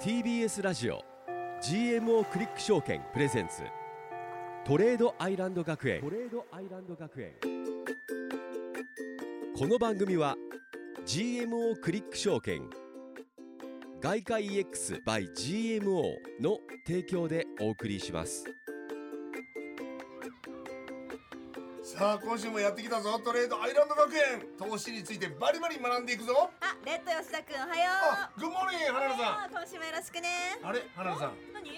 TBS ラジオ GMO クリック証券プレゼンツトレードアイランド学園トレードアイランド学園この番組は GMO クリック証券外貨 EX by GMO の提供でお送りしますさあ今週もやってきたぞトレードアイランド学園投資についてバリバリ学んでいくぞあ、レッド吉田くん、おはよあう。グッモーニング花田さん。今週もよろしくね。んあれ花田さん何？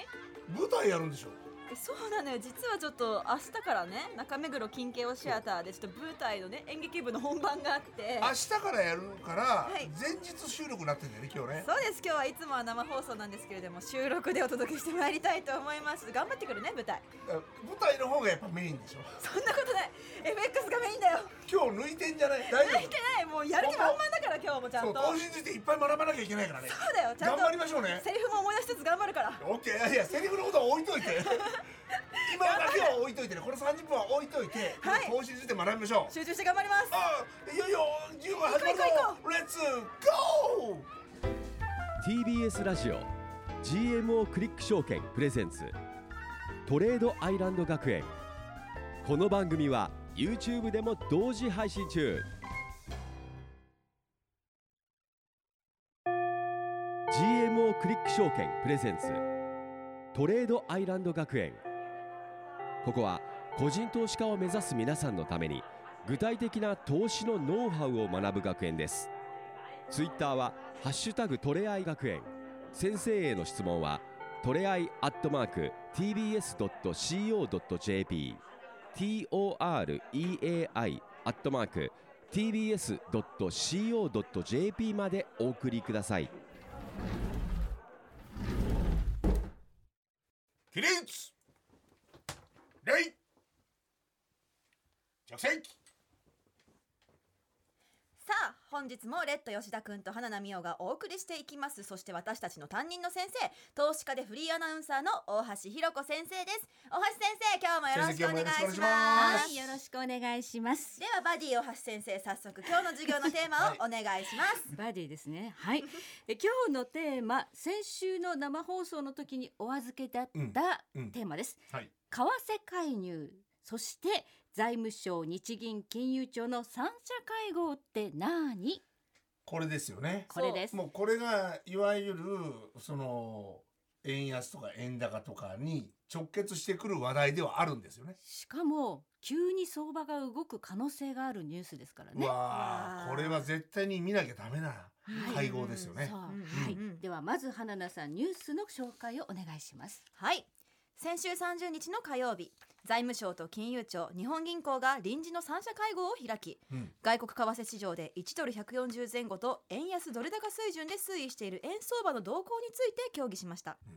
舞台やるんでしょえそうなのよ。実はちょっと明日からね、中目黒近景をシアターでちょっと舞台のね演劇部の本番があって。明日からやるから、い前日収録になってんだよね今日ねそうです。今日はいつもは生放送なんですけれども、収録でお届けしてまいりたいと思います。頑張ってくるね舞台。あ舞台の方がやっぱメインでしょそんなことない。FX がメインだよ。今日抜いてんじゃない大泣い丈てない。もうやる気満々だから今日もちゃ夫そんう投と。資についていっぱい学ばなきゃいけないからねそうだよ。ちゃんと。頑張りましょうねセリフも思い出しつつ頑張るから。オッケーいやセリフのことは置いと いて今だけは置いといてねこの30分は置いといて、はい投資について学びましょう集中して頑張ります。あいよいよ授業が始まるぞ行こう行こレッツゴー TBS ラジオ GMO クリック証券プレゼンツトレードアイランド学園この番組は YouTube でも同時配信中 GMO クリック証券プレゼンツトレードアイランド学園ここは個人投資家を目指す皆さんのために具体的な投資のノウハウを学ぶ学園ですツイッターは「ハッシュタグトレアイ学園」先生への質問はトレアイアットマーク TBS.CO.JP TOREAI アットマーク TBS.CO.JP までお送りください起立礼着席さあ本日もレッド吉田くんと花奈美桜がお送りしていきますそして私たちの担任の先生投資家でフリーアナウンサーの大橋ひろ子先生です大橋先生今日もよろしくお願い先しま生今日もよろしくお願いしますすはい、で。よろしくお願いしますはバディ大橋先生早速今日の授業のテーマをお願いしま す、バディですね。 はい。え今日のテーマ、先週の生放送の時にお預けだっうんたうんテーマです。はい為替介入、そして財務省、日銀、金融庁の三者会合って何？これですよねこれです。もうこれがいわゆるその円安とか円高とかに直結してくる話題ではあるんですよねしかも急に相場が動く可能性があるニュースですからうね。わあうわこーれは絶対に見なきゃダメなは会い合ですよね、そう、うんはい、うんではまず花菜さんニュースの紹介をお願いします。はい先週30日の火曜日財務省と金融庁日本銀行が臨時の三者会合を開きうん外国為替市場で1ドル140前後と円安ドル高水準で推移している円相場の動向について協議しました、うん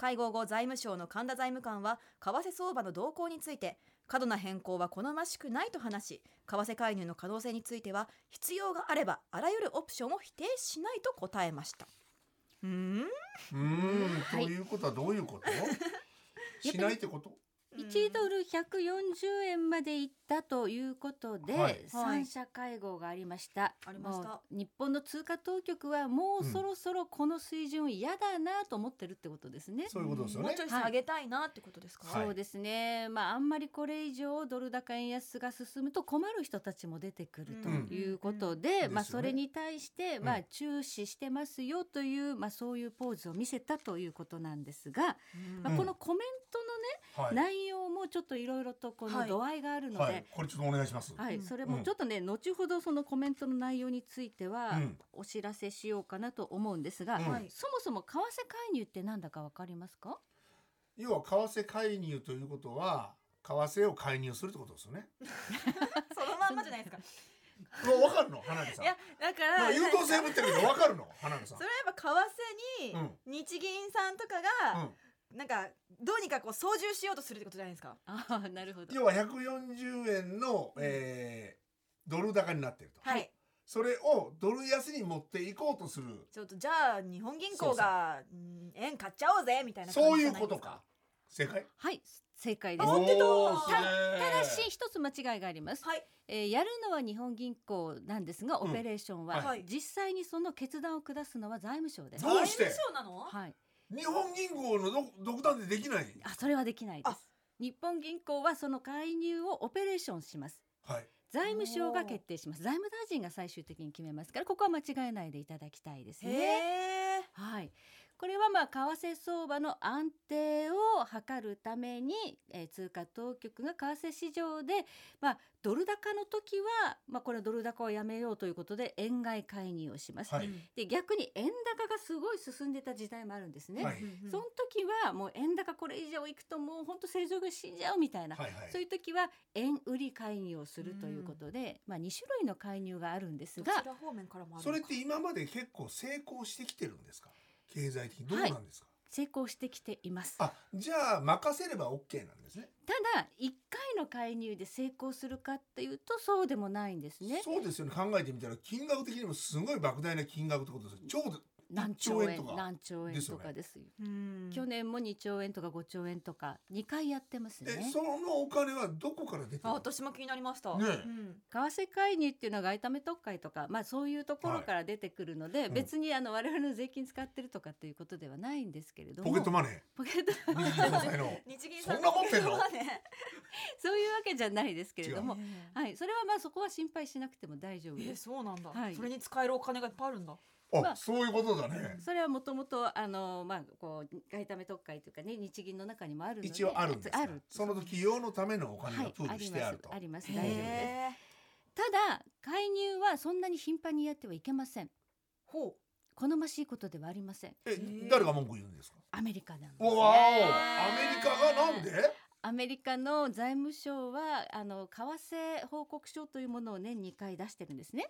会合後財務省の神田財務官は為替相場の動向について過度な変更は好ましくないと話し為替介入の可能性については必要があればあらゆるオプションを否定しないと答えましたうーんうーん、はいということはどういうこと しないってこと1ドル140円までいったということで、はい三者会合がありました。ありましたもう日本の通貨当局はもうそろそろこの水準嫌だなと思ってるってことですね。そういうことですよもうねちょい下げたいなってことですか、はいそうですね、まあ、あんまりこれ以上ドル高円安が進むと困る人たちも出てくるということで、うんまあ、ですよそねれに対して、うんまあ、注視してますよという、まあ、そういうポーズを見せたということなんですが、まうあ、んこのコメントのねはい、内容もちょっといろいろとこはのい度合いがあるので、ははいい、これちょっとお願いします、うんそれもちょっとね、後ほどそのコメントの内容についてはうんお知らせしようかなと思うんですが、うんはいそもそも為替介入ってなんだかわかりますか 要は為替介入ということは為替を介入するってことですよね。 そのまんまじゃないですかうわわかるの花火さん。いやだからなんか優等生ぶってるけどわかるの花火さん そ。れはやっぱ為替に日銀さんとかが、うんなんかどうにかこう操縦しようとするってことじゃないですか。ああなるほど。要は140円の、えードル高になってると、はい。それをドル安に持っていこうとするちょっとじゃあ日本銀行がうん円買っちゃおうぜみたいな感じそうじいゃうなこですとか正解はい正解です。本当だおーすげーただし一つ間違いがあります、はい。えーやるのは日本銀行なんですがうんオペレーションは、はい実際にその決断を下すのは財務省です。どうして財務省なの？はい、日本銀行のど独断でできない。あそれはできないであす日本銀行はその介入をオペレーションしますはい。財務省が決定します財務大臣が最終的に決めますからここは間違えないでいただきたいですねへえ。はいこれはまあ為替相場の安定を図るために、えー通貨当局が為替市場で、まあ、ドル高の時は、まあ、これはドル高をやめようということで円買い介入をします、はい。で逆に円高がすごい進んでた時代もあるんですね、はいうんその時はもう円高これ以上いくともう本当正常が死んじゃうみたいな、はいはい。そういう時は円売り介入をするということで、まあ2種類の介入があるんですどがちら方面からもあるそのれかって今まで結構成功してきてるんですか経済的にどうなんですか、成功してきています。あじゃあ任せれば OK なんですねただ1回の介入で成功するかっていうとそうでもないんですね。そうですよね考えてみたら金額的にもすごい莫大な金額ってことですよ超何兆一兆円円とか何兆円とかですようん去年も2兆円とか5兆円とか2回やってますで、ね。そのお金はどこから出てるあの私も気になりました。ねえうん為替介入っていうのが外為特会とか、まあ、そういうところから出てくるので、うん別にあの我々の税金使ってるとかっていうことではないんですけれどもポケットマネポケッート 日銀総裁の日銀さんそんな持ってんのはねそういうわけじゃないですけれども、ねはい、それはまあそこは心配しなくても大丈夫えでえす。そうなんだはい。それに使えるお金がいっぱいあるんだ。あ、まあそういうことだねそれはもともとあのまあこう外為特会というかね日銀の中にもあるので一応あるんですかあるその時用のためのお金がプはーいルしてあると、ありますあります大丈夫ですへえ。ただ介入はそんなに頻繁にやってはいけませんほ好ましいことではありませんえ誰が文句言うんですかアメリカなんですわおアメリカがなんでアメリカの財務省はあの為替報告書というものを年2回出してるんですね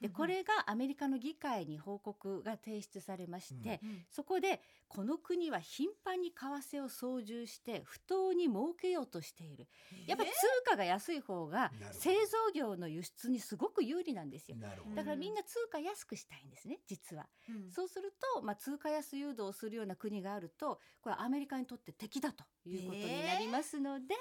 でうんうんこれがアメリカの議会に報告が提出されまして、うんう。うんそこでこの国は頻繁に為替を操縦して不当に儲けようとしているやっぱり通貨が安い方ながるほど製造業の輸出にすごく有利なんですよなるほどだからみんな通貨安くしたいんですね実はうんそうすると、まあ、通貨安誘導をするような国があるとこれはアメリカにとって敵だということになりますので、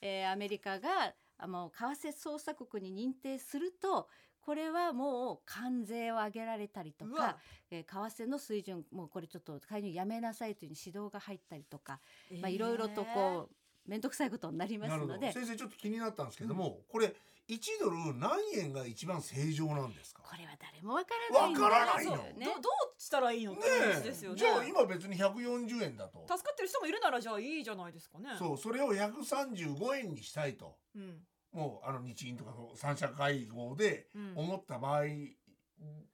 えーアメリカがあの為替捜査国に認定するとこれはもう関税を上げられたりとうかわ、えー為替の水準もうこれちょっと介入やめなさいという指導が入ったりとか、まあ、いろいろとこう面倒くさいことになりまなするほのどで先生ちょっと気になったんですけども、これ1ドル何円が一番正常なんですかこれは誰もわからないんだわからないそのうえねどどうしたらいいのっねて話えですよね。じゃあ今別に140円だと助かってる人もいるならじゃあいいじゃないですかね。そうそれを135円にしたいとうん。もうあの日銀とかの三者会合でうん。思った場合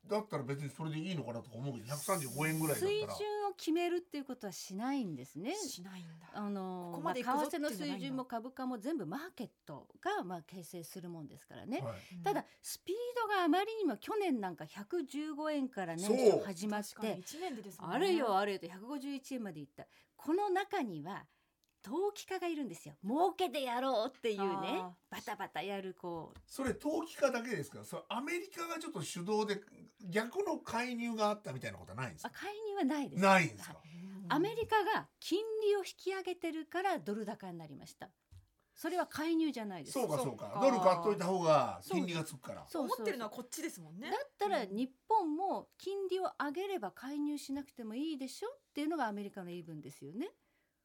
だったら別にそれでいいのかなとか思うけど135円ぐらいだっ水準たらを決めるっていうことはしないんですね。しないんだ。あのここまでまあ行く為ぞ替っていのうのはないんだ水準も株価も全部マーケットがまあ形成するもんですからね。はいただスピードがあまりにも去年なんか115円から年そ初う始まっ確かにて一年でですもんねあれよ。あれよと151円までいったこの中には投機家がいるんですよ儲けてやろうっていうねあバタバタやるこうそれ投機家だけですからそれアメリカがちょっと主導で逆の介入があったみたいなことはないんですあか介入はないですないんですかアメリカが金利を引き上げてるからドル高になりましたそれは介入じゃないですそうかそそううかかドル買っといた方が金利がつくからそうそう思ってるのはこっちですもんねだ。ったらうん日本も金利を上げれば介入しなくてもいいでしょっていうのがアメリカの言い分ですよね。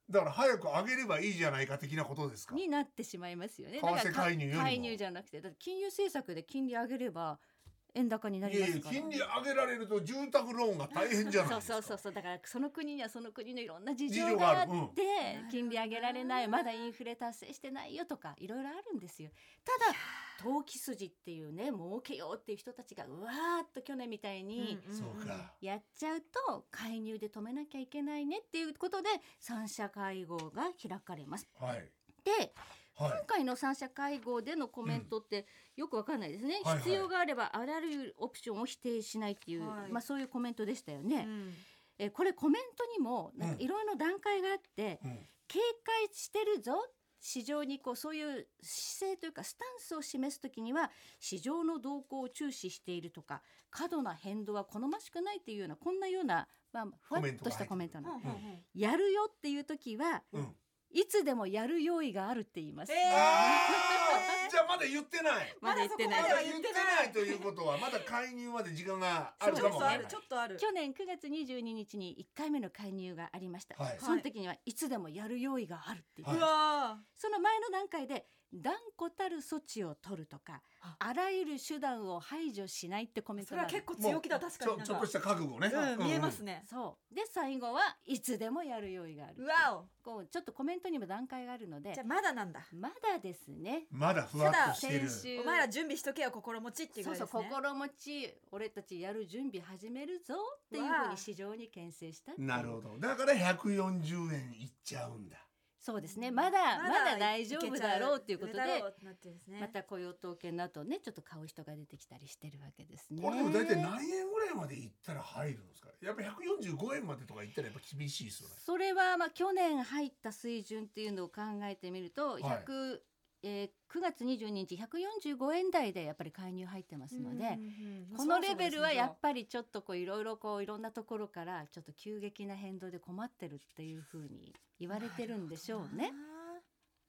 だから早く上げればいいじゃないか的なことですかになってしまいますよね。為替だから介入よりも介入じゃなくてだって金融政策で金利上げれば円高になりいやまいやすから。金利上げられると住宅ローンが大変じゃないですかそうそうそうそうだからその国にはその国のいろんな事事情情ががああるっうんて金利上げられないまだインフレ達成してないよとかいろいろあるんですよただ投機筋っていうね儲けようっていう人たちがうわーっと去年みたいに、んそうかやっちゃうと介入で止めなきゃいけないねっていうことで三者会合が開かれます。はいではい今回の三者会合でのコメントってよくわかんないですね、はいはい必要があればあらゆるオプションを否定しないっていう、はいまあ、そういうコメントでしたようね。んえこれコメントにもうんいろいろ段階があって、うん警戒してるぞ市場にこうそういう姿勢というかスタンスを示すときには市場の動向を注視しているとか過度な変動は好ましくないっていうようなこんなような、まあ、ふわっとしたコメントなのうんうんうんやるよっていう時はうんいつでもやる用意があるって言います。えーあーじゃあまだ言ってないまだ言ってまなまいだそだこ。言ってないということはまだ介入まで時間があるかもわからないちょっとあるちょっとある 去年9月22日に1回目の介入がありました。はいその時にはいつでもやる用意があるっていう。はいうわその前の段階で断固たる措置を取るとかあ、あらゆる手段を排除しないってコメーンそトれがはある結。構強気だ確かにもうなんちょちょっかとした覚悟ね、うん見えますねそう。で最後はいつでもやる用意がある。うわこうちょっとコメントにも段階があるのでおじゃあ、まだなんだまだですね。まだふわっとしてる先週お前ら準備しとけよ心持ちっていうぐらそういそでうすね心持ち俺たちやる準備始めるぞっていうわふうあに市場に牽制したっていうなるほどだから140円いっちゃうんだそうですねまだまだ大丈夫だろうっていうことでいけちゃう上だろうってなってるんですねまた雇用統計の後ねちょっと買う人が出てきたりしてるわけですねこれでも大体何円ぐらいまでいったら入るんですかやっぱ145円までとかいったらやっぱ厳しいですよねそれはまあ去年入った水準っていうのを考えてみると、い100えー9月22日145円台でやっぱり介入入ってますので、このレベルはやっぱりちょっとこういろいろこういろんなところからちょっと急激な変動で困ってるっていうふうに言われてるんでしょうね。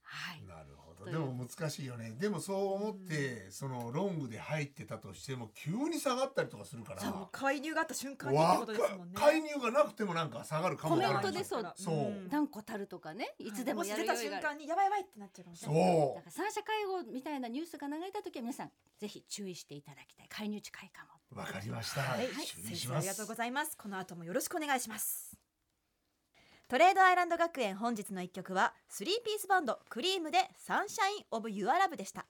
はい。なるほとどいうでも難しいよねでもそう思ってそのロングで入ってたとしても急に下がったりとかするからじゃあもう介入があった瞬間にってわこかとですもんね介入がなくてもなんか下がるかもわからコメなントでいそうそう断固たるとかね、いつでももしやる出よたい瞬がある。間にやばいやばいってなっちゃうかもしれないそだかうら三者会合みたいなニュースが流れた時は皆さんぜひ注意していただきたい介入近いかもわかりました、はい、注意先し生あまりすがとうございます。この後もよろしくお願いします。トレードアイランド学園本日の一曲はスリーピースバンドクリームでサンシャインオブユアラブでした。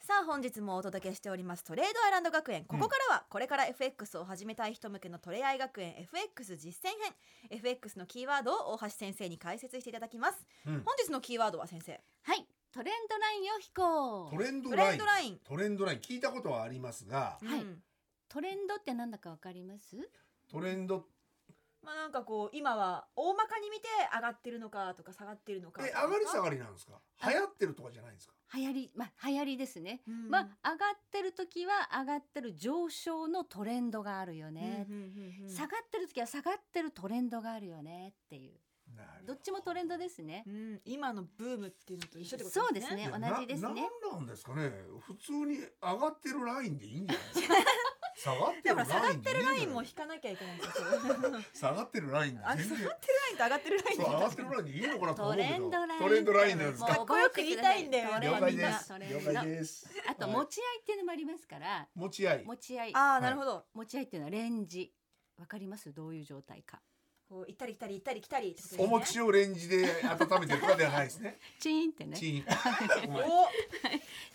さあ本日もお届けしておりますトレードアイランド学園ここからはこれから FX を始めたい人向けのトレアイ学園 FX 実践編 FX のキーワードを大橋先生に解説していただきますうん本日のキーワードは先生はいトレンドラインを飛行トレントドライレンンドライントレンドライン聞いたことはありますがはいうんトレンドってなんだかわかりますトレンドまあなんかこう今は大まかに見て上がってるのかとか下がってるのかえ上がり下ががりなんですか流行ってるとかじゃないんですか流行りまあ流行りですね、り、うんまあ上がってる時は上がってる上昇のトレンドがあるよね、うんうんうんうん下がってる時は下がってるトレンドがあるよねっていうなるほどっちもトレンドですねうん、今のブームっていうのと一緒ってことそうですねいや同じですねななんなんですかね普通に上がってるラインでいいんじゃないですか下がってでるもラほら下がイっンでていいんじゃなるラいインも引かなきゃいけないんですよ。あ下がっ下がってるラインでて全る然ラインと上がってるラインそう上がってるラインでいいのかなと思うトけどレンドライントレンドラインなんですもかう覚えてくだかっこさよく言いたいんだよトねレン了ド解ですトレンド了解ですあとはい持ち合いっていうのもありますから、持ち合い持ち合いああ、なるほど。持ち合いっていうのはレンジわかりますどういう状態かこう行ったり来たり行ったり来たりってことですね。お餅をレンジで温めてるとかではないですねチーンってねチンお 前お、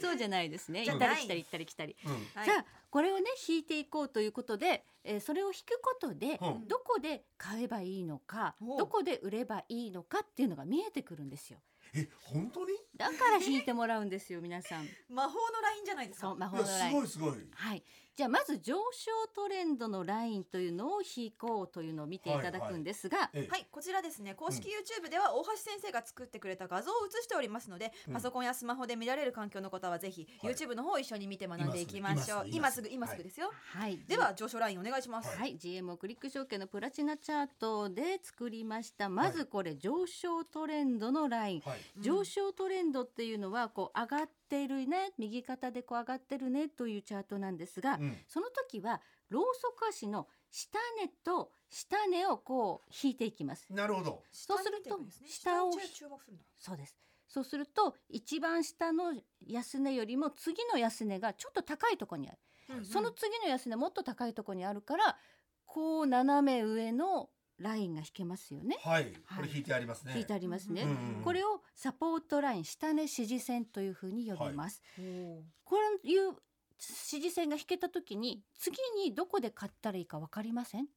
そうじゃないですねじ行ゃったなりい来たり行ったり来たりうんはいじゃあこれをね引いていこうということで、えーそれを引くことで、うんどこで買えばいいのかおうどこで売ればいいのかっていうのが見えてくるんですよえ本当にだから引いてもらうんですよ皆 さん魔法のラインじゃないですそかう。魔い法のやラすインごいすごいはい、じゃあまず上昇トレンドのラインというのを引こうというのを見ていただくんですが、ええはい、こちらですね。公式 YouTube では大橋先生が作ってくれた画像を映しておりますので、うんパソコンやスマホで見られる環境の方はぜひはい YouTube の方を一緒に見て学んでいきましょう。今今すすぐぐ今今すすぐぐですよ。はい、では上昇ラインお願いします。はい、GM をクリック証券のプラチナチャートで作りました。まずこれ上昇トレンドのライン。はいうん上昇トレンドっていうのはこう上がってるね、右肩でこう上がってるねというチャートなんですが、うんその時はローソク足の下根と下根をこう引いていきます。なるほど下にそうすると見ていくんですね下を下に注目するんだ。そうです。そうすると一番下の安値よりも次の安値がちょっと高いところにある。うんうんその次の安値もっと高いところにあるからこう斜め上のラインが引けますよね。はいこれ引いてありますね引いてありますね。うんうんこれをサポートライン下値支持線というふうに呼びます。おーこういう支持線が引けた時に次にどこで買ったらいいかわかりません。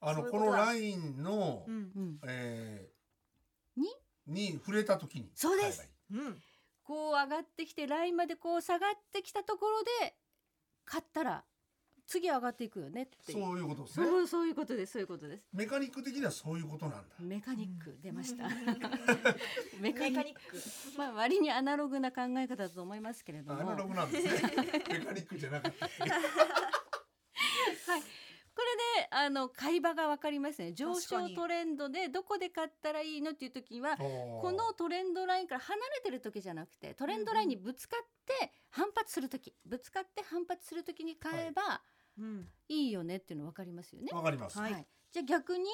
あのそういうこことのだラインの、うんうん、えーにに触れた時にそうです買えばいいうん。こう上がってきてラインまでこう下がってきたところで買ったら次上がっていくよねっていう。そういうことですね そうそういうことですそういうことです。メカニック的にはそういうことなんだメカニック出ました。 メメカニッカクニック。まあ割にアナログな考え方だと思いますけれどアも、ナログなんですねメカニックじゃなかったこれであの買い場がわかりますね上確か昇にトレンドでどこで買ったらいいのっていう時にはここのトレンドラインから離れてる時じゃなくてトレンドラインにぶつかって反発する時ぶつかって反発する時に買えばうんいいよねっていうの分かりますよね。わかります。ははいはい、じゃあ逆にい。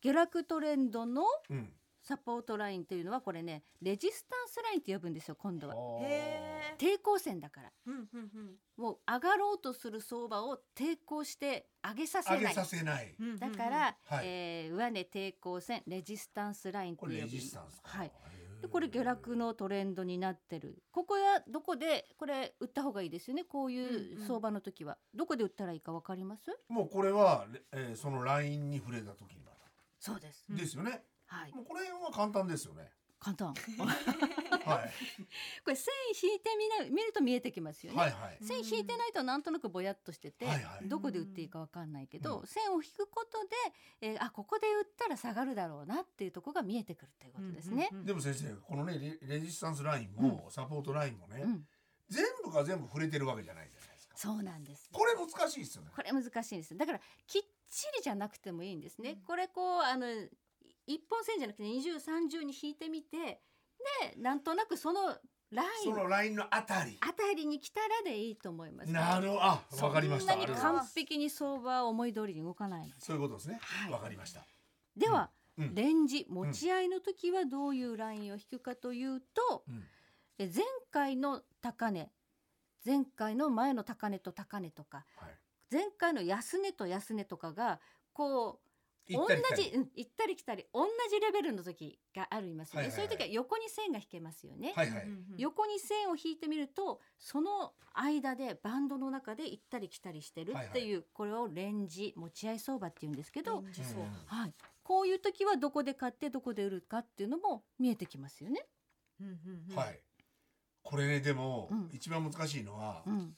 下落トレンドのうん。サポートラインっていうのはこれねレジスタンスラインって呼ぶんですよ今度は。へえ抵抗線だからうんうんうんもう上がろうとする相場を抵抗して上げさせ上げないさせない。うんうんうんだから、はいえー上値抵抗線レジスタンスラインってこ呼ぶれレジスタンスか。はいへーでこれ下落。のトレンドになってるここはどこでこれ売った方がいいですよねこういんううん相場の時は、どこで売ったらいいかわかりますもうこれはえーそのラインに触れた時にまたそうです、うんですよね。はいもうこれは簡単ですよね。簡 単こ はれ線引いてみな見ると見えてきますいよね、はいはい。線引いてないとなんとなくぼやっとしてて、はいはいどこで売っていいかわかんないけど、うん線を引くことで、えーあここで売ったら下がるだろうなっていうところが見えてくるということですね。うんうんうんでも先生このねレレジスタンスラインもサポートラインもうんね全部が全部触れてるわけじゃないじゃないですか。そうなんですこれ難しいですよね。これ難しいんですだからきっちりじゃなくてもいいんですね、これこうあのい一本線じゃなくて二重三重に引いてみてでなんとなくそのライそンのラインのあたり。あたりに来たらでいいと思います、なるほどあわかりました。そんなにありがとうございま完す璧に相場は思い通りに動かないのそういうことですねは。いわかりました。では、うんうんレンジ持ち合いの時はどういうラインを引くかというと、うんえ前回の高値前回の前の高値と高値とかはい。前回の安値と安値とかがこう行同ったり来たりじ、うん、行ったり来たり同じレベルの時がありますよね、はいはいはいそういう時は横に線が引けますよね、はいはい。横に線を引いてみるとその間でバンドの中で行ったり来たりしてるっていう、はいこれをレンジ持ち合い相場っていうんですけど、うんうんそうはい、こういう時はどこで買ってどこで売るかっていうのも見えてきますよね。うんうんうんはい。これねでも、うん一番難しいのは、うん、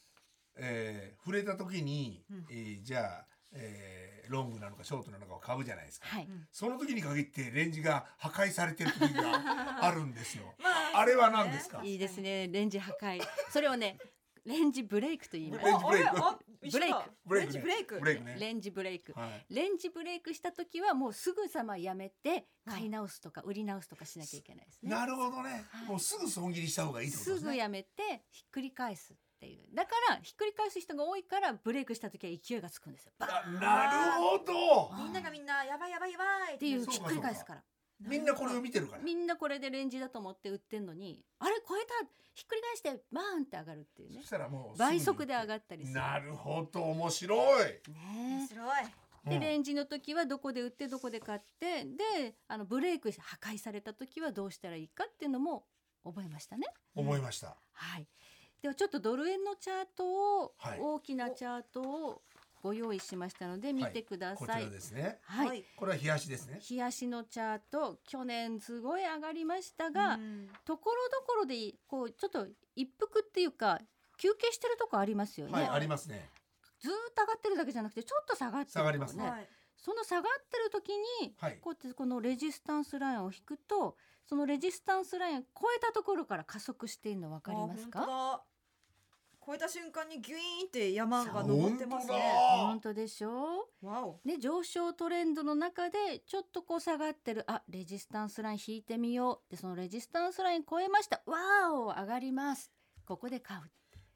えー触れた時に、うんえーじゃあ、えーロングなのかショートなのかを買うじゃないですか。はい、その時に限ってレンジが破壊されてる時 があるんですよ。まあれは何ですかいいですねレンジ破壊それを ねレンジブレイクと言いまおすレンジあブレイクあれあ一緒だブレイレンクジねブレイクブレイクね。レンジブレイクはい。レンジブレイクした時はもうすぐさまやめて買い直すとか売り直すとかしなきゃいけないですねなるほどね。もうすぐ損切りした方がいいってことですすぐね。やめてひっくり返すっていうだからひっくり返す人が多いからブレイクした時は勢いがつくんですよバーンっあなるほど。みんながみんなやばいやばいやばいっていうそうひっかくり返すからみんなこれを見てるから。みんなこれでレンジだと思って売ってんのにあれ超えたひっくり返してバーンって上がるっていうねそしたらもう倍速で上る。がったりするなるほど面白い。ね面白いうでんレンジの時はどこで売ってどこで買ってであのブレイクし破壊された時はどうしたらいいかっていうのも覚えましたね。思いました。はい、ではちょっとドル円のチャートを、はい大きなチャートをご用意しましたので見てくだこちさい。らですね。はい、これは冷やしですね。冷やしのチャート去年すごい上がりましたが、がところどころでこうちょっと一服っていうか休憩してるとこありますよね、はいありますね。ずーっと上がってるだけじゃなくてちょっと下がってるとこ下がりますねはいその下がってる時にはい。こうやってこのレジスタンスラインを引くとそのレジスタンスラインを超えたところから加速しているの分かりますあか本当だ超えた瞬間にギュイーンって山が登ってますね本当でしょわおうね上昇トレンドの中でちょっとこう下がってるあレジスタンスライン引いてみようでそのレジスタンスライン超えましたわーお上がりますここで買う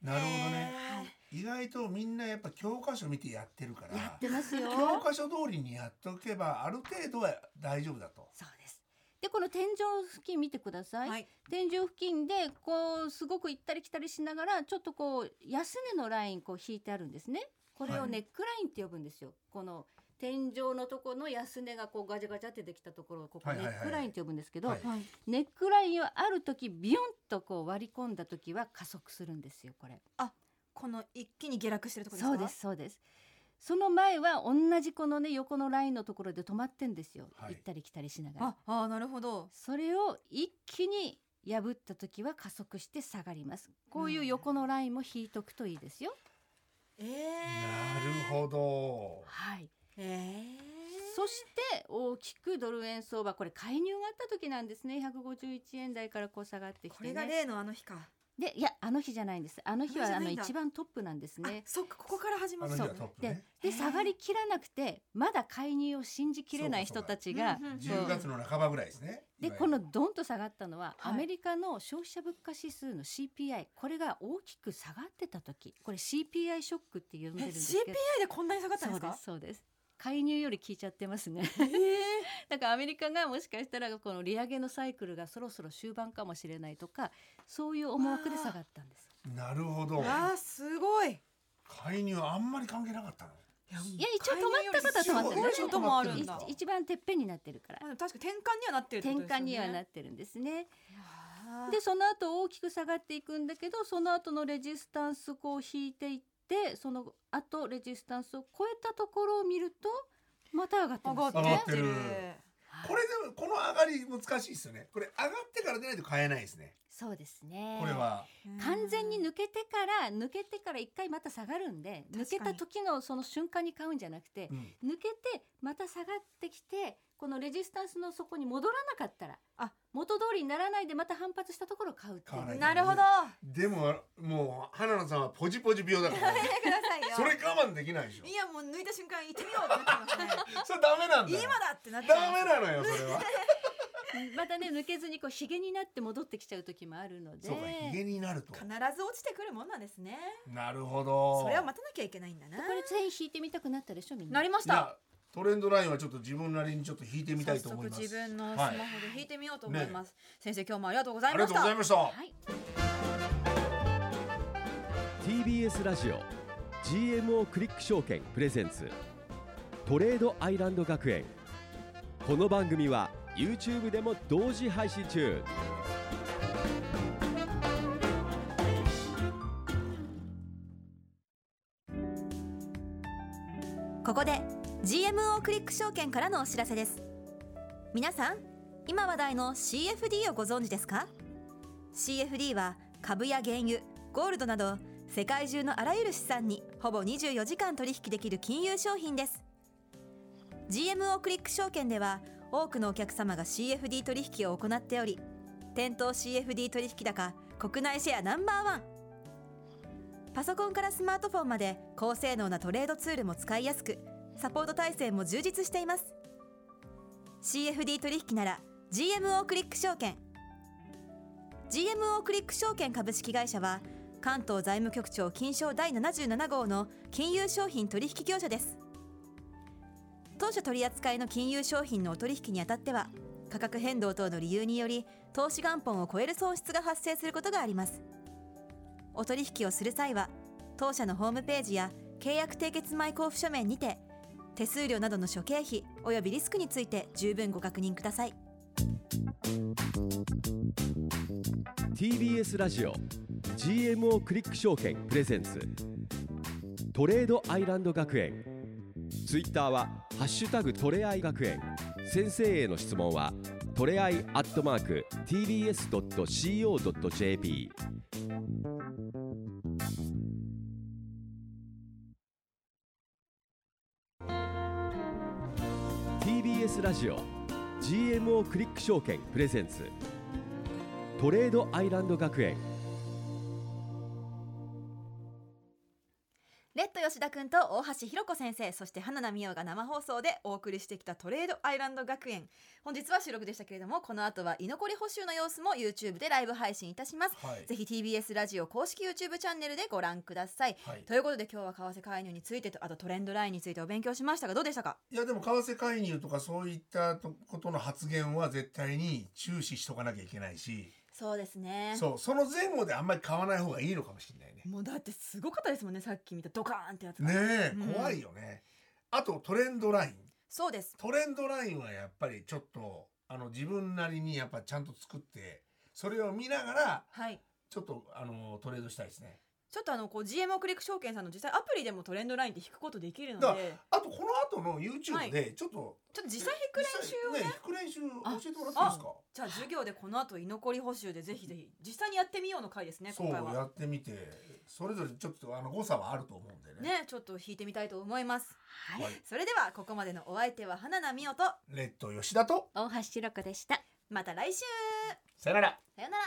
なるほどね。へー意外とみんなやっぱ教科書見てやってるから。やってます よ教科書通りにやっとけばある程度は大丈夫だと。そうです。でこの天井付近見てください、はい天井付近でこうすごく行ったり来たりしながらちょっとこう安値のラインこう引いてあるんですねこれはをいネックラインって呼ぶんですよ、この天井のとこの安値がこうガチャガチャってできたところをここはいネはいはいックラインって呼ぶんですけど、はいはいネックラインをある時ビヨンとこう割り込んだ時は加速するんですよこれこの一気に下落してるところですかそうですそうですその前は同じこのね横のラインのところで止まってんですよ、はい行ったり来たりしながらああーなるほどそれを一気に破った時は加速して下がりますこういう横のラインも引いとくといいですよ、えなるえほど。はい。えそして大きくドル円相場これ介入があった時なんですね151円台からこう下がってきこてれがね例のあの日かでいやあの日じゃないんですあの日はあの日じゃあなのいんだ一番トップなんですあねそっかここから始まあるの日そはうトップでねでへえ下がりきらなくてまだ介入を信じきれない人たちがうんうんうん10月の半ばぐらいですねでいわゆるこのドンと下がったのは、はいアメリカの消費者物価指数の CPI これが大きく下がってた時これ CPI ショックって呼んでるんえですけど CPI でこんなに下がったんでそうすでかすそうです介入より効いちゃってますね ええだからアメリカがもしかしたらこの利上げのサイクルがそろそろ終盤かもしれないとかそういう思惑で下がったんですなるほどあーすごい介入あんまり関係なかったのいや一応止まったことは止まってるすごいこともあるなんいだう一番てっぺんになってるからまあでも確かに転換にはなってるって転ことですよ換ねにはなってるんですねいやーでその後大きく下がっていくんだけどその後のレジスタンスこう引いていってその後レジスタンスを超えたところを見るとまた上がって上ますがねって上がっっててるるはいこれでもこの上がり難しいですよねこれ上がってからでないと買えないですねそうですねこれは完全に抜抜けてから抜けてから一回また下がるんで抜確けかにた時のその瞬間に買うんじゃなくてうん抜けてまた下がってきてこのレジスタンスの底に戻らなかったらあ元通りにならないでまた反発したところを買うっていう買わないなるほどでももう花野さんはポジポジ病だから見てくだ さいよそれ我慢できないでしょいやもう抜いた瞬間行ってみようってなってますねそ れダメなんだ今よだってなってますダメなのよそれはまたね抜けずにこうひげになって戻ってきちゃう時もあるのでそうかヒゲになると必ず落ちてくるもんなんですねなるほどそれは待たなきゃいけないんだなこれ全員引いてみたくなったでしょみんななりましいやたトレンドラインはちょっと自分なりにちょっと引いてみたいと思います早速自分のスマはホい、で弾いてみようと思います、先生今日もありがとうござあいりがまとしうございたました、はい、 TBS ラジオ GMO クリック証券プレゼンツトレードアイランド学園この番組は YouTube でも同時配信中ここで GMO クリック証券からのお知らせです皆さん今話題の CFD をご存知ですか CFD は株や原油ゴールドなど世界中のあらゆる資産にほぼ24時間取引できる金融商品です GMO クリック証券では多くのお客様が CFD 取引を行っており店頭 CFD 取引高国内シェアナンバーワンパソコンからスマートフォンまで高性能なトレードツールも使いやすくサポート体制も充実しています CFD 取引なら GMO クリック証券 GMO クリック証券株式会社は関東財務局長金賞第77号の金融商品取引業者です当初取り扱いの金融商品のお取引にあたっては価格変動等の理由により投資元本を超える損失が発生することがありますお取引をする際は当社のホームページや契約締結前交付書面にて手数料などの諸経費およびリスクについて十分ご確認ください TBS ラジオ GMO クリック証券プレゼンツトレードアイランド学園ツイッターは「ハッシュタグトレアイ学園」先生への質問はトレアイアットマーク TBS.CO.JP TBS ラジオ GMO クリック証券プレゼンツトレードアイランド学園レッド吉田くんと大橋ひろ子先生そして花奈美桜が生放送でお送りしてきたトレードアイランド学園本日は収録でしたけれどもこの後は居残り補修の様子も YouTube でライブ配信いたしますはいぜひ TBS ラジオ公式 YouTube チャンネルでご覧くださいはいということで今日は為替介入についてとあとトレンドラインについてお勉強しましたがどうでしたかいやでも為替介入とかそういったとことの発言は絶対に注視しとかなきゃいけないし、そうですねそうその前後であんまり買わない方がいいのかもしれないね。もうだってすごかったですもんねさっき見たドカーンってやつがねえ、うん怖いよね。あとトレンドライン、そうですトレンドラインはやっぱりちょっとあの自分なりにやっぱちゃんと作って、それを見ながらはいちょっとあのトレードしたいですね。ちょっとあのこう GMO クリック証券さんの実際アプリでもトレンドラインって引くことできるのでだからあとこの後の YouTube でちょっと、ちょっと実際引く練習をねね引く練習教えてもらっていいですか。じゃあ授業でこの後居残り補習でぜひぜひ実際にやってみようの回ですねそう今回やはってみてそれぞれちょっとあの誤差はあると思うんでねねちょっと引いてみたいと思いますはい、はい、それではここまでのお相手は花奈美桜とレッド吉田と大橋ひろ子でしたまた来週さよならさよなら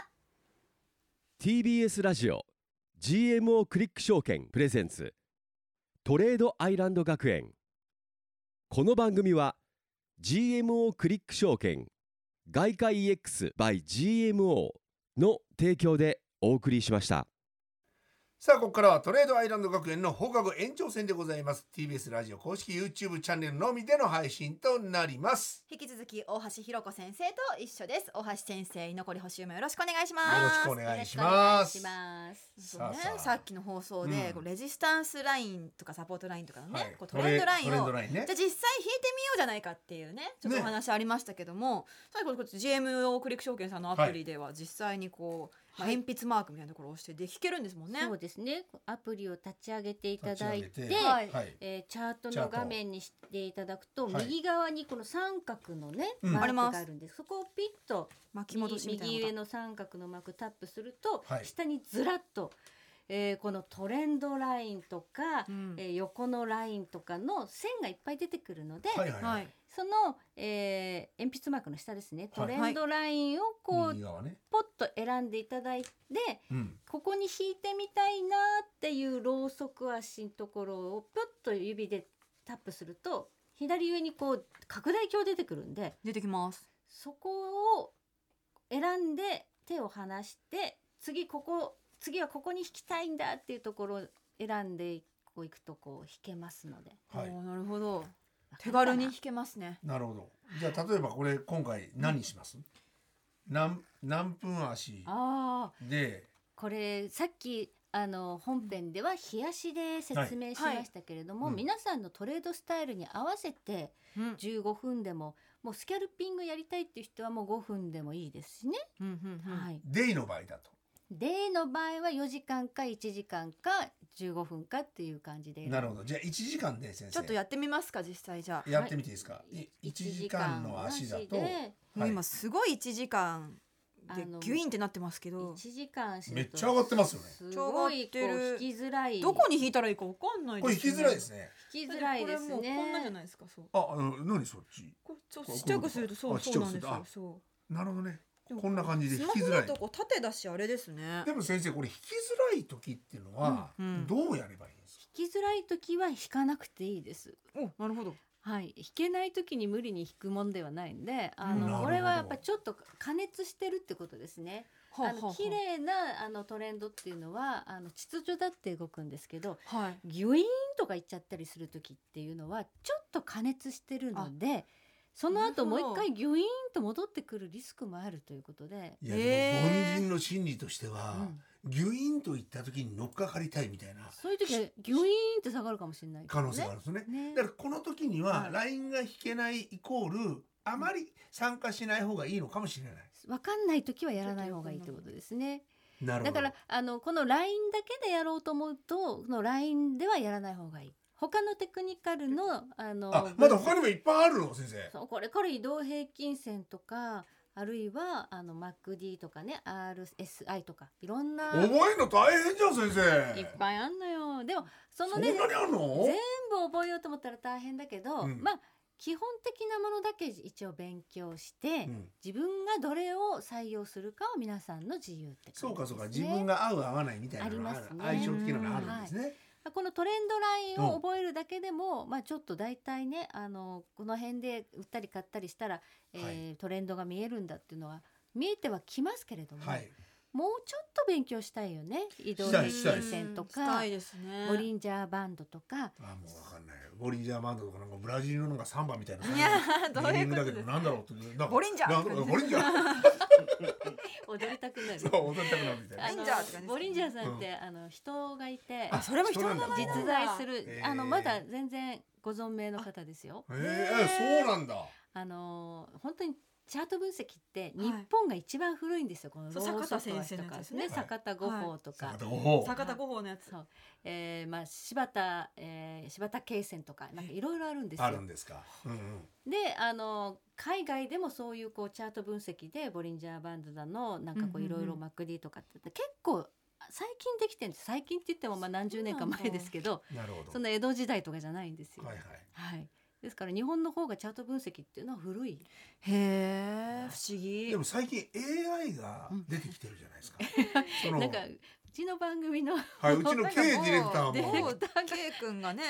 TBS TBS ラジオ GMO クリック証券プレゼンツトレードアイランド学園この番組は GMO クリック証券外貨 EX by GMO の提供でお送りしましたさあここからはトレードアイランド学園の放課後延長戦でございます TBS ラジオ公式 YouTube チャンネルのみでの配信となります引き続き大橋ひろ子先生と一緒です大橋先生居残り補習もよろしくお願いしまよろすしくおよ願ろいししくお願まいすします。さあねさあさっきの放送で、うんこうレジスタンスラインとかサポートラインとかのね、はいこうトレンドラインをトレンドラインねじゃあ実際引いてみようじゃないかっていうねちょっとねお話ありましたけども、最後こっち GMO クリック証券さんのアプリでは実際にこう、まあ、鉛筆マークみたいなところを押してで弾けるんですもんね。そうですね。アプリを立ち上げていただいて、立ち上げてはいはいえーチャートチャーのト画面にしていただくと、はい右側にこの三角のね、うんマークありますがあるんです。そこをピッと巻き戻し右みたい右な上のがの三角のマークタップすると、はい下にずらっと、えーこのトレンドラインとか、うんえー横のラインとかの線がいっぱい出てくるので、はいはいははいい、その、えー鉛筆マークの下ですねはトいレンドラインをこう、右側ねポッと選んでいただいてうんここに引いてみたいなっていうロウソク足のところをピョッと指でタップすると左上にこう拡大鏡出てくるんで出てきます。そこを選んで手を離して次ここ次はここに引きたいんだっていうところを選んでこういくとこう引けますのではいおーなるほど手軽に弾けますね。なるほどじゃあ例えばこれ今回何にします何何分足ああでこれさっきあの本編では冷やしで説明しましたけれども、はいうん皆さんのトレードスタイルに合わせてうん15分でももうスキャルピングやりたいっていう人はもう5分でもいいですしね、うんうんうんはい、デイの場合だとデイの場合は4時間か1時間か15分かっていう感じでなるほどじゃあ1時間で先生ちょっとやってみますか実際じゃあ。やってみていいですか、い、1時間の足だと、はい今すごい一時間であのギュインってなってますけど1。時間足だとめっちゃ上がってますよねすごいこう引きづらいどこに引いたらいいかわかんないこれ引きづらいですね引きづらいですこれもうこんなじゃねないですか。そう。ああの何そっちこうちょっことうちっちゃくするとそうあちっそちゃうくなすんるでとすよ。そなるほどねう。こんな感じでス引マきホづらだいとこう縦だしあれですねで。も先生これ引きづらい時っていうのはうんうんどうやればいいんですか、引きづらい時は引かなくていいですおなるほど。はい、弾けない時に無理に弾くもんではないんで、なあるほのどこれはやっぱちょっと加熱してるってことですね。はあの綺麗なあのトレンドっていうのはあの秩序だって動くんですけど、はい。ギュイーンとかいっちゃったりする時っていうのはちょっと加熱してるので、その後なもうるほど一回ギュイーンと戻ってくるリスクもあるということで、いやでもえー凡人の心理としては、うんギュインといった時に乗っかかりたいみたいなそういう時はギュイーンって下がるかもしれないです可ね能性があるんですねねだからこの時にははいラインが引けないイコールあまり参加しない方がいいのかもしれない。わかんない時はやらない方がいいってことですね。なるほだど。からあのこのラインだけでやろうと思うとこのラインではやらない方がいい他のテクニカルのあのあまだ他にもいっぱいあるの先生。そうこれから移動平均線とかあるいはあの MacD とかね RSI とかいろんな覚えるの大変じゃん先生。いっぱいあんのよでもそのそんねなにあるの全？部覚えようと思ったら大変だけど、うんまあ基本的なものだけ一応勉強して、うん自分がどれを採用するかを皆さんの自由って感じです、そね、うかそうか自分が合う合わないみたいなのがあるありますね相性的なのがあるんですね。まあこのトレンドラインを覚えるだけでも、まあ、ちょっと大体ねあのこの辺で売ったり買ったりしたら、えートレンドが見えるんだっていうのは見えてはきますけれども、はい。もうちょっと勉強したいよね移動した平いしたい均線とうんしかたいですね。ボリンジャーバンドとかあもうわかんない。ボリンジャーバンドとかなんかブラジルのなんかサンバみたいな。いやーどう ネいーうミングこだとけどです。なんだろうってなんか。ボリンジャーなんかボリンジャー。踊りたくなるそう踊りたくなるみたいなボリンあ。のジャーって感じですねボリンジャーさんって、あの人がいてあそれも人のそうなんだ名前なん実だ在するへーあのまだ全然ご存命の方ですよ。へえそうなんだ。あのー本当にチャート分析ってはい日本が一番古いんですよ、こそうのローソ坂ク田足先生とのかやつでですすねね坂田五法とか、坂田五宝。坂田五宝のやつ。そうえーまあ、柴田、えー、柴田慶線とかなんかいろいろあるんですあよるん。ですか。うんうん。であのー海外でもそういうこうチャート分析でボリンジャーバンドだのなんかこうんうんううんいろいろマクリーとかって結構最近できてるんです最近って言ってもまあ何十年かそうなんだ前ですけどなるほど。そんな江戸時代とかじゃないんですよ。はいはい。はい、ですから日本の方がチャート分析っていうのは古いへえ不思議でも最近 AI が出てきてるじゃないですか。そのなんかうちの番組のはい、うちの K ディレクターディレもクもう K 君が ね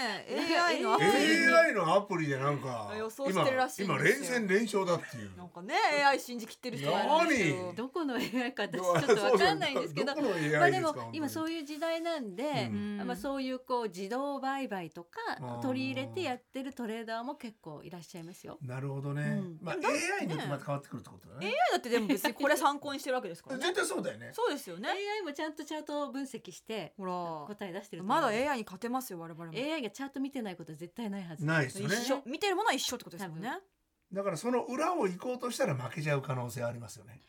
AI AI ののアアププリリにに AI のアプリでなんか予想してるらしいん今今ですよ連戦連勝だっていう。なんかね AI 信じきってる人がいるんですよどこの AI か私ちょっとわかんないんですけどどこの AI ですかまあでも本当に今そういう時代なんで、うんうんまあ、そういうこう自動売買とかあー取り入れてやってるトレーダーも結構いらっしゃいますよ。なるほどね。うんまあでもだってね AI によってまた変わってくるってことだね。だってでも別にこれ参考にしてるわけですからね絶対そうだよね。そうですよね AI もちゃんとチャートを分析してほら答え出してると思まうだ AI に勝てますよ我々も AI がチャート見てないことは絶対ないはず。ないですよ一ね。緒見てるものは一緒ってことですもんねだからその裏を行こうとしたら負けちゃう可能性ありますよね。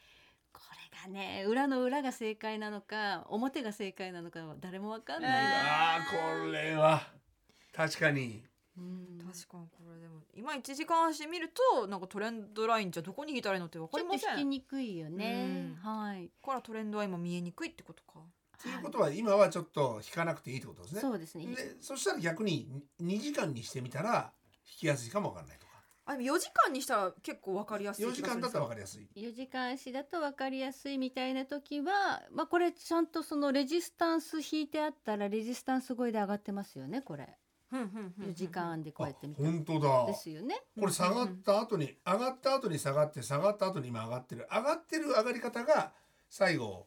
これがね裏の裏が正解なのか表が正解なのかは誰もわかんないえわ。ああこれは確かに。うん確かにこれでも今1時間足で見るとなんかトレンドラインじゃどこに引いたらいいのって分かちりょっとませ引きんにくいよね。はい。こからトレンドラインも見えにくいってことかということは今はちょっと引かなくていいってことですね。そうですね。でそしたら逆に2時間にしてみたら引きやすいかもわかんないとかあでも4時間にしたら結構分かりやすい4時間だったらわかりりやすい4時間足だと分かりやすいみたいな時は、まあ、これちゃんとそのレジスタンス引いてあったらレジスタンス越えで上がってますよねこれ4時間でこうやってみたあ本当だですよね。これ下がった後に上がった後に下がって下がった後に今上がってる上がってる上がり方が最後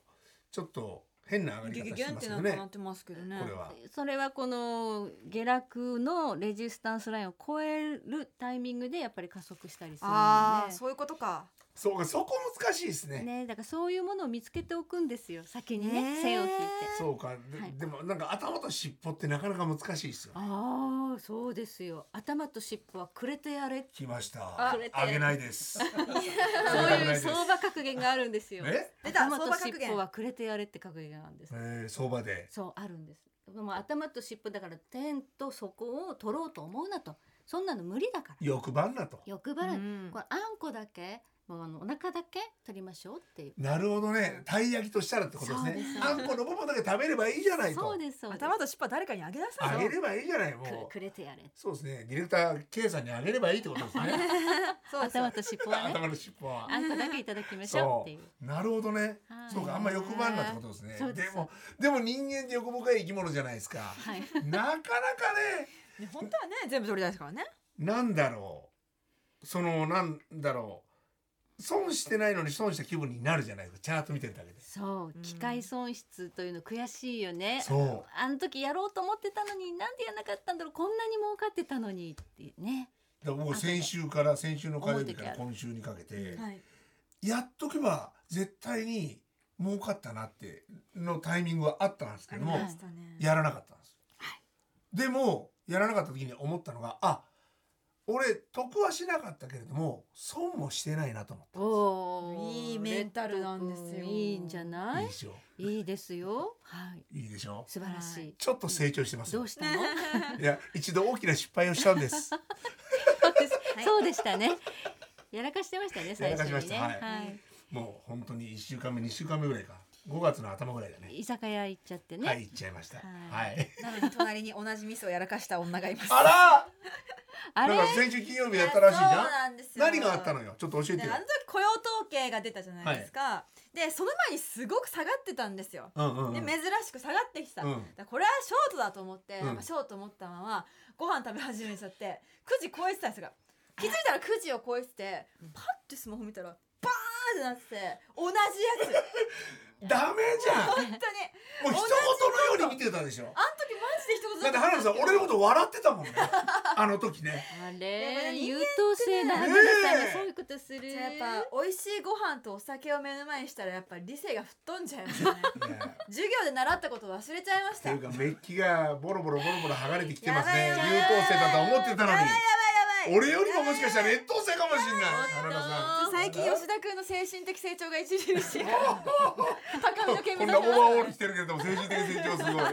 ちょっと変な上がりギュギュ方ギしてますュンってなよんかねなってますけどねこれはそれはこの下落のレジスタンスラインを超えるタイミングでやっぱり加速したりするああのそういうことかそうかそこ難しいですねで、ね、だからそういうものを見つけておくんですよ先にねねえ線を引いて。そうかで,、はいでもなんか頭と尻尾ってなかなか難しいですよああそうですよ頭と尻尾はくれてやれ来ましたああげないですそうあげないいでうす相場格言があるんですよ。 ね、出た頭相と場格尻言尾はくれてやれって格言があるんです。えー、相場でそうあるんです。もう頭と尻尾だから天と底を取ろうと思うなとそんなの無理だから欲張んなと欲張らない、うんこれあんこだけもうあのお腹だけ取りましょうっていう。なるほどねたい焼きとしたらってことですねそうですあんこの部分だけ食べればいいじゃないとそうですそうです。頭と尻尾誰かにあげなさあいげよればいいじゃないもうくくれてやれ。そうですねディレクター K さんにあげればいいってことですね そうそう頭と尻尾はね頭の尻尾はあんこだけいただきましょうっていう。なるほどねはいそうかあんま欲張んなってことですねそうでですもでも人間って欲深い生き物じゃないですかはい。なかなかねね本当はね全部取りたいですからねなんだろうそのなんだろう損してないのに損した気分になるじゃないですかチャート見てるだけでそう機械損失というの悔しいよね。そうあの時やろうと思ってたのになんでやんなかったんだろうこんなに儲かってたのにってね。だから僕先週から先週の火曜日から思今週にかけてはいやっとけば絶対に儲かったなってのタイミングはあったんですけあどりもましたねやらなかったんです、でもやらなかった時に思ったのがあ俺得はしなかったけれども損もしてないなと思ったおいいメンタルなんですよいいんじゃないいいで？しょいいですよ。はい。いいでしょ素晴らしい。はいちょっと成長してますどようしたの？いや一度大きな失敗をしたんですそうですはいそうでしたね。やらかしてましたねや最らか初しまにしね。たはいもう本当に1週間目2週間目ぐらいか5月の頭ぐらいだねい居酒屋行っちゃってね。はい行っちゃいましたは、はいなのに隣に同じミスをやらかした女がいますああられなんか先週金曜日やったらしいじそゃんうなんですよ何があったのよちょっと教えでてよあの時雇用統計が出たじゃないですか、でその前にすごく下がってたんですよ、うんうんうんで珍しく下がってきた、うんだからこれはショートだと思って、うんなんかショート思ったままご飯食べ始めちゃって9時超えてたんですが気づいたら9時を超えててパッてスマホ見たらバーンってなってて同 じやつダメじゃん本当にもう一言のように見てたでし ょあの時マジで一言だって花田さん俺のこと笑ってたもん ねあの時ねあやっぱれね優等生な花田さんがそういうことする。じゃあやっぱ美味しいご飯とお酒を目の前にしたらやっぱ理性が吹っ飛んじゃいますねいや授業で習ったことを忘れちゃいまっしたていうかメッキがボロボロボロボロ剥がれてきてますね優や等ばいやばい生だと思ってたのやばいやばいやばいに俺よりももしかしたら劣等生かもしんない花田さん最近吉田君の精神的成長が著しい高みの見こ目ん指なオーバーしオール着てるけれども精神的成長すごい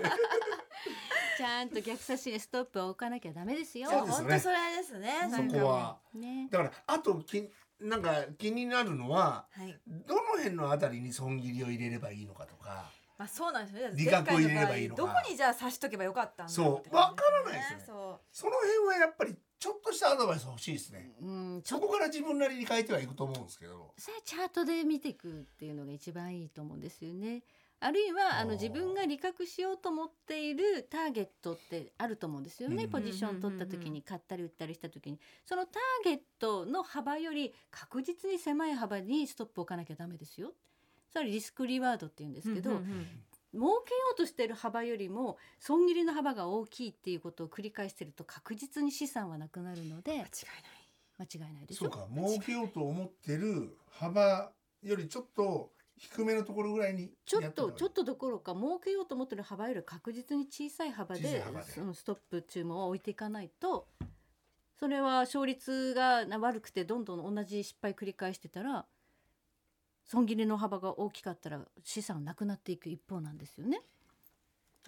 ちゃんと逆差しでストップを置かなきゃダメですよ。そうです本当それですねなんかそこはね。だからあときなんか気になるのははいどの辺のあたりに損切りを入れればいいのかとかまあそうなんですよね理学を入れればいいのか前回場合どこにじゃあ差しとけばよかったんだろそうってわ感じからないですよねそその辺はやっぱりちょっとしたアドバイス欲しいですね。うん、ちそょっとこから自分なりに変えてはいくと思うんですけど。それチャートで見ていくっていうのが一番いいと思うんですよね。あるいはあのあー自分が利確しようと思っているターゲットってあると思うんですよね、うんポジション取った時に買ったり売ったりした時にそのターゲットの幅より確実に狭い幅にストップを置かなきゃダメですよ。それはリスクリワードって言うんですけど、儲けようとしてる幅よりも損切りの幅が大きいっていうことを繰り返してると確実に資産はなくなるので間違いないでしそうょか、儲けようと思ってる幅よりちょっと低めのところぐらいにちょやってたとらちょっとどころか儲けようと思ってる幅より確実に小さい幅小さいで幅でそのストップ注文を置いていかないとそれは勝率がな悪くてどんどん同じ失敗繰り返してたら損切りの幅が大きかったら資産なくなっていく一方なんですよね。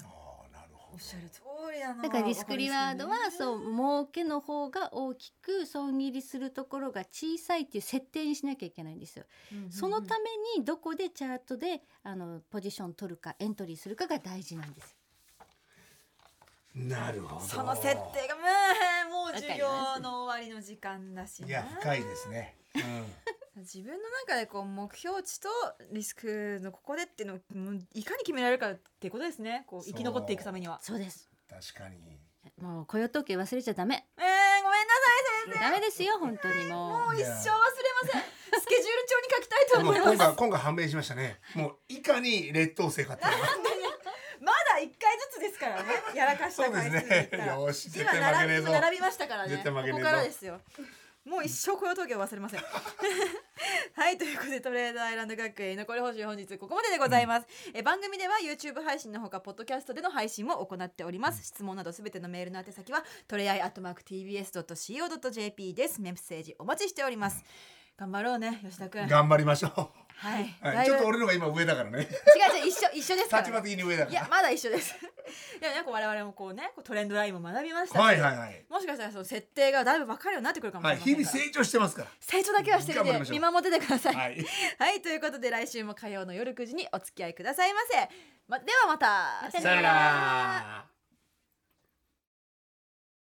ああ、なるほおど。っしゃる通りやなだからリスクリワードはうそう儲けの方が大きく損切りするところが小さいっていう設定にしなきゃいけないんですよ。そのためにどこでチャートであのポジション取るかエントリーするかが大事なんです。なるほど。その設定がうんもう授わかりま業すの終わりの時間だしないや、深いですね。うん。自分の中でこう目標値とリスクのここでっていうのをもういかに決められるかってことですねこう生き残っていくためにはそうです。確かに。もう雇用統計忘れちゃダメ。えー、ごめんなさダメですよ本当にもいもうい一や生忘れませんスケジュール帳に書きたいともう思い今ます回、今回判明しましたね。もういかに劣等生かっていうのが。まだ一回ずつですからねやらかしそたうで回す数でね言っ。たらよし、絶今対負けね並びえぞ今。並びましたからね絶対負けねえぞここからですよもう一生雇用統計を忘 れませんはいということでトレードアイランド学園残り報酬本日ここまででございます、え番組では YouTube 配信のほかポッドキャストでの配信も行っております、質問などすべてのメールの宛先はトレアイアットマーク TBS.CO.JP ですメッセージお待ちしております、頑張ろうね吉田君頑張りましょはい、う。はだい、いちぶょっと俺のが今上だから ね。違う違う一緒一緒ですから立場的に上だかいら。やまだ一緒ですでもなんか我々もこうねこうトレンドラインも学びましたし、はいはいはい。もしかしたらその設定がだいぶ分かるようになってくるかもしはれい、ません日から、々成長してますか成長だけはしてみ頑張りましてょう見守っててください。ら。は、はいい。ということで来週も火曜の夜9時にお付き合いくださいませ。ま、ではまたまたねさよなら。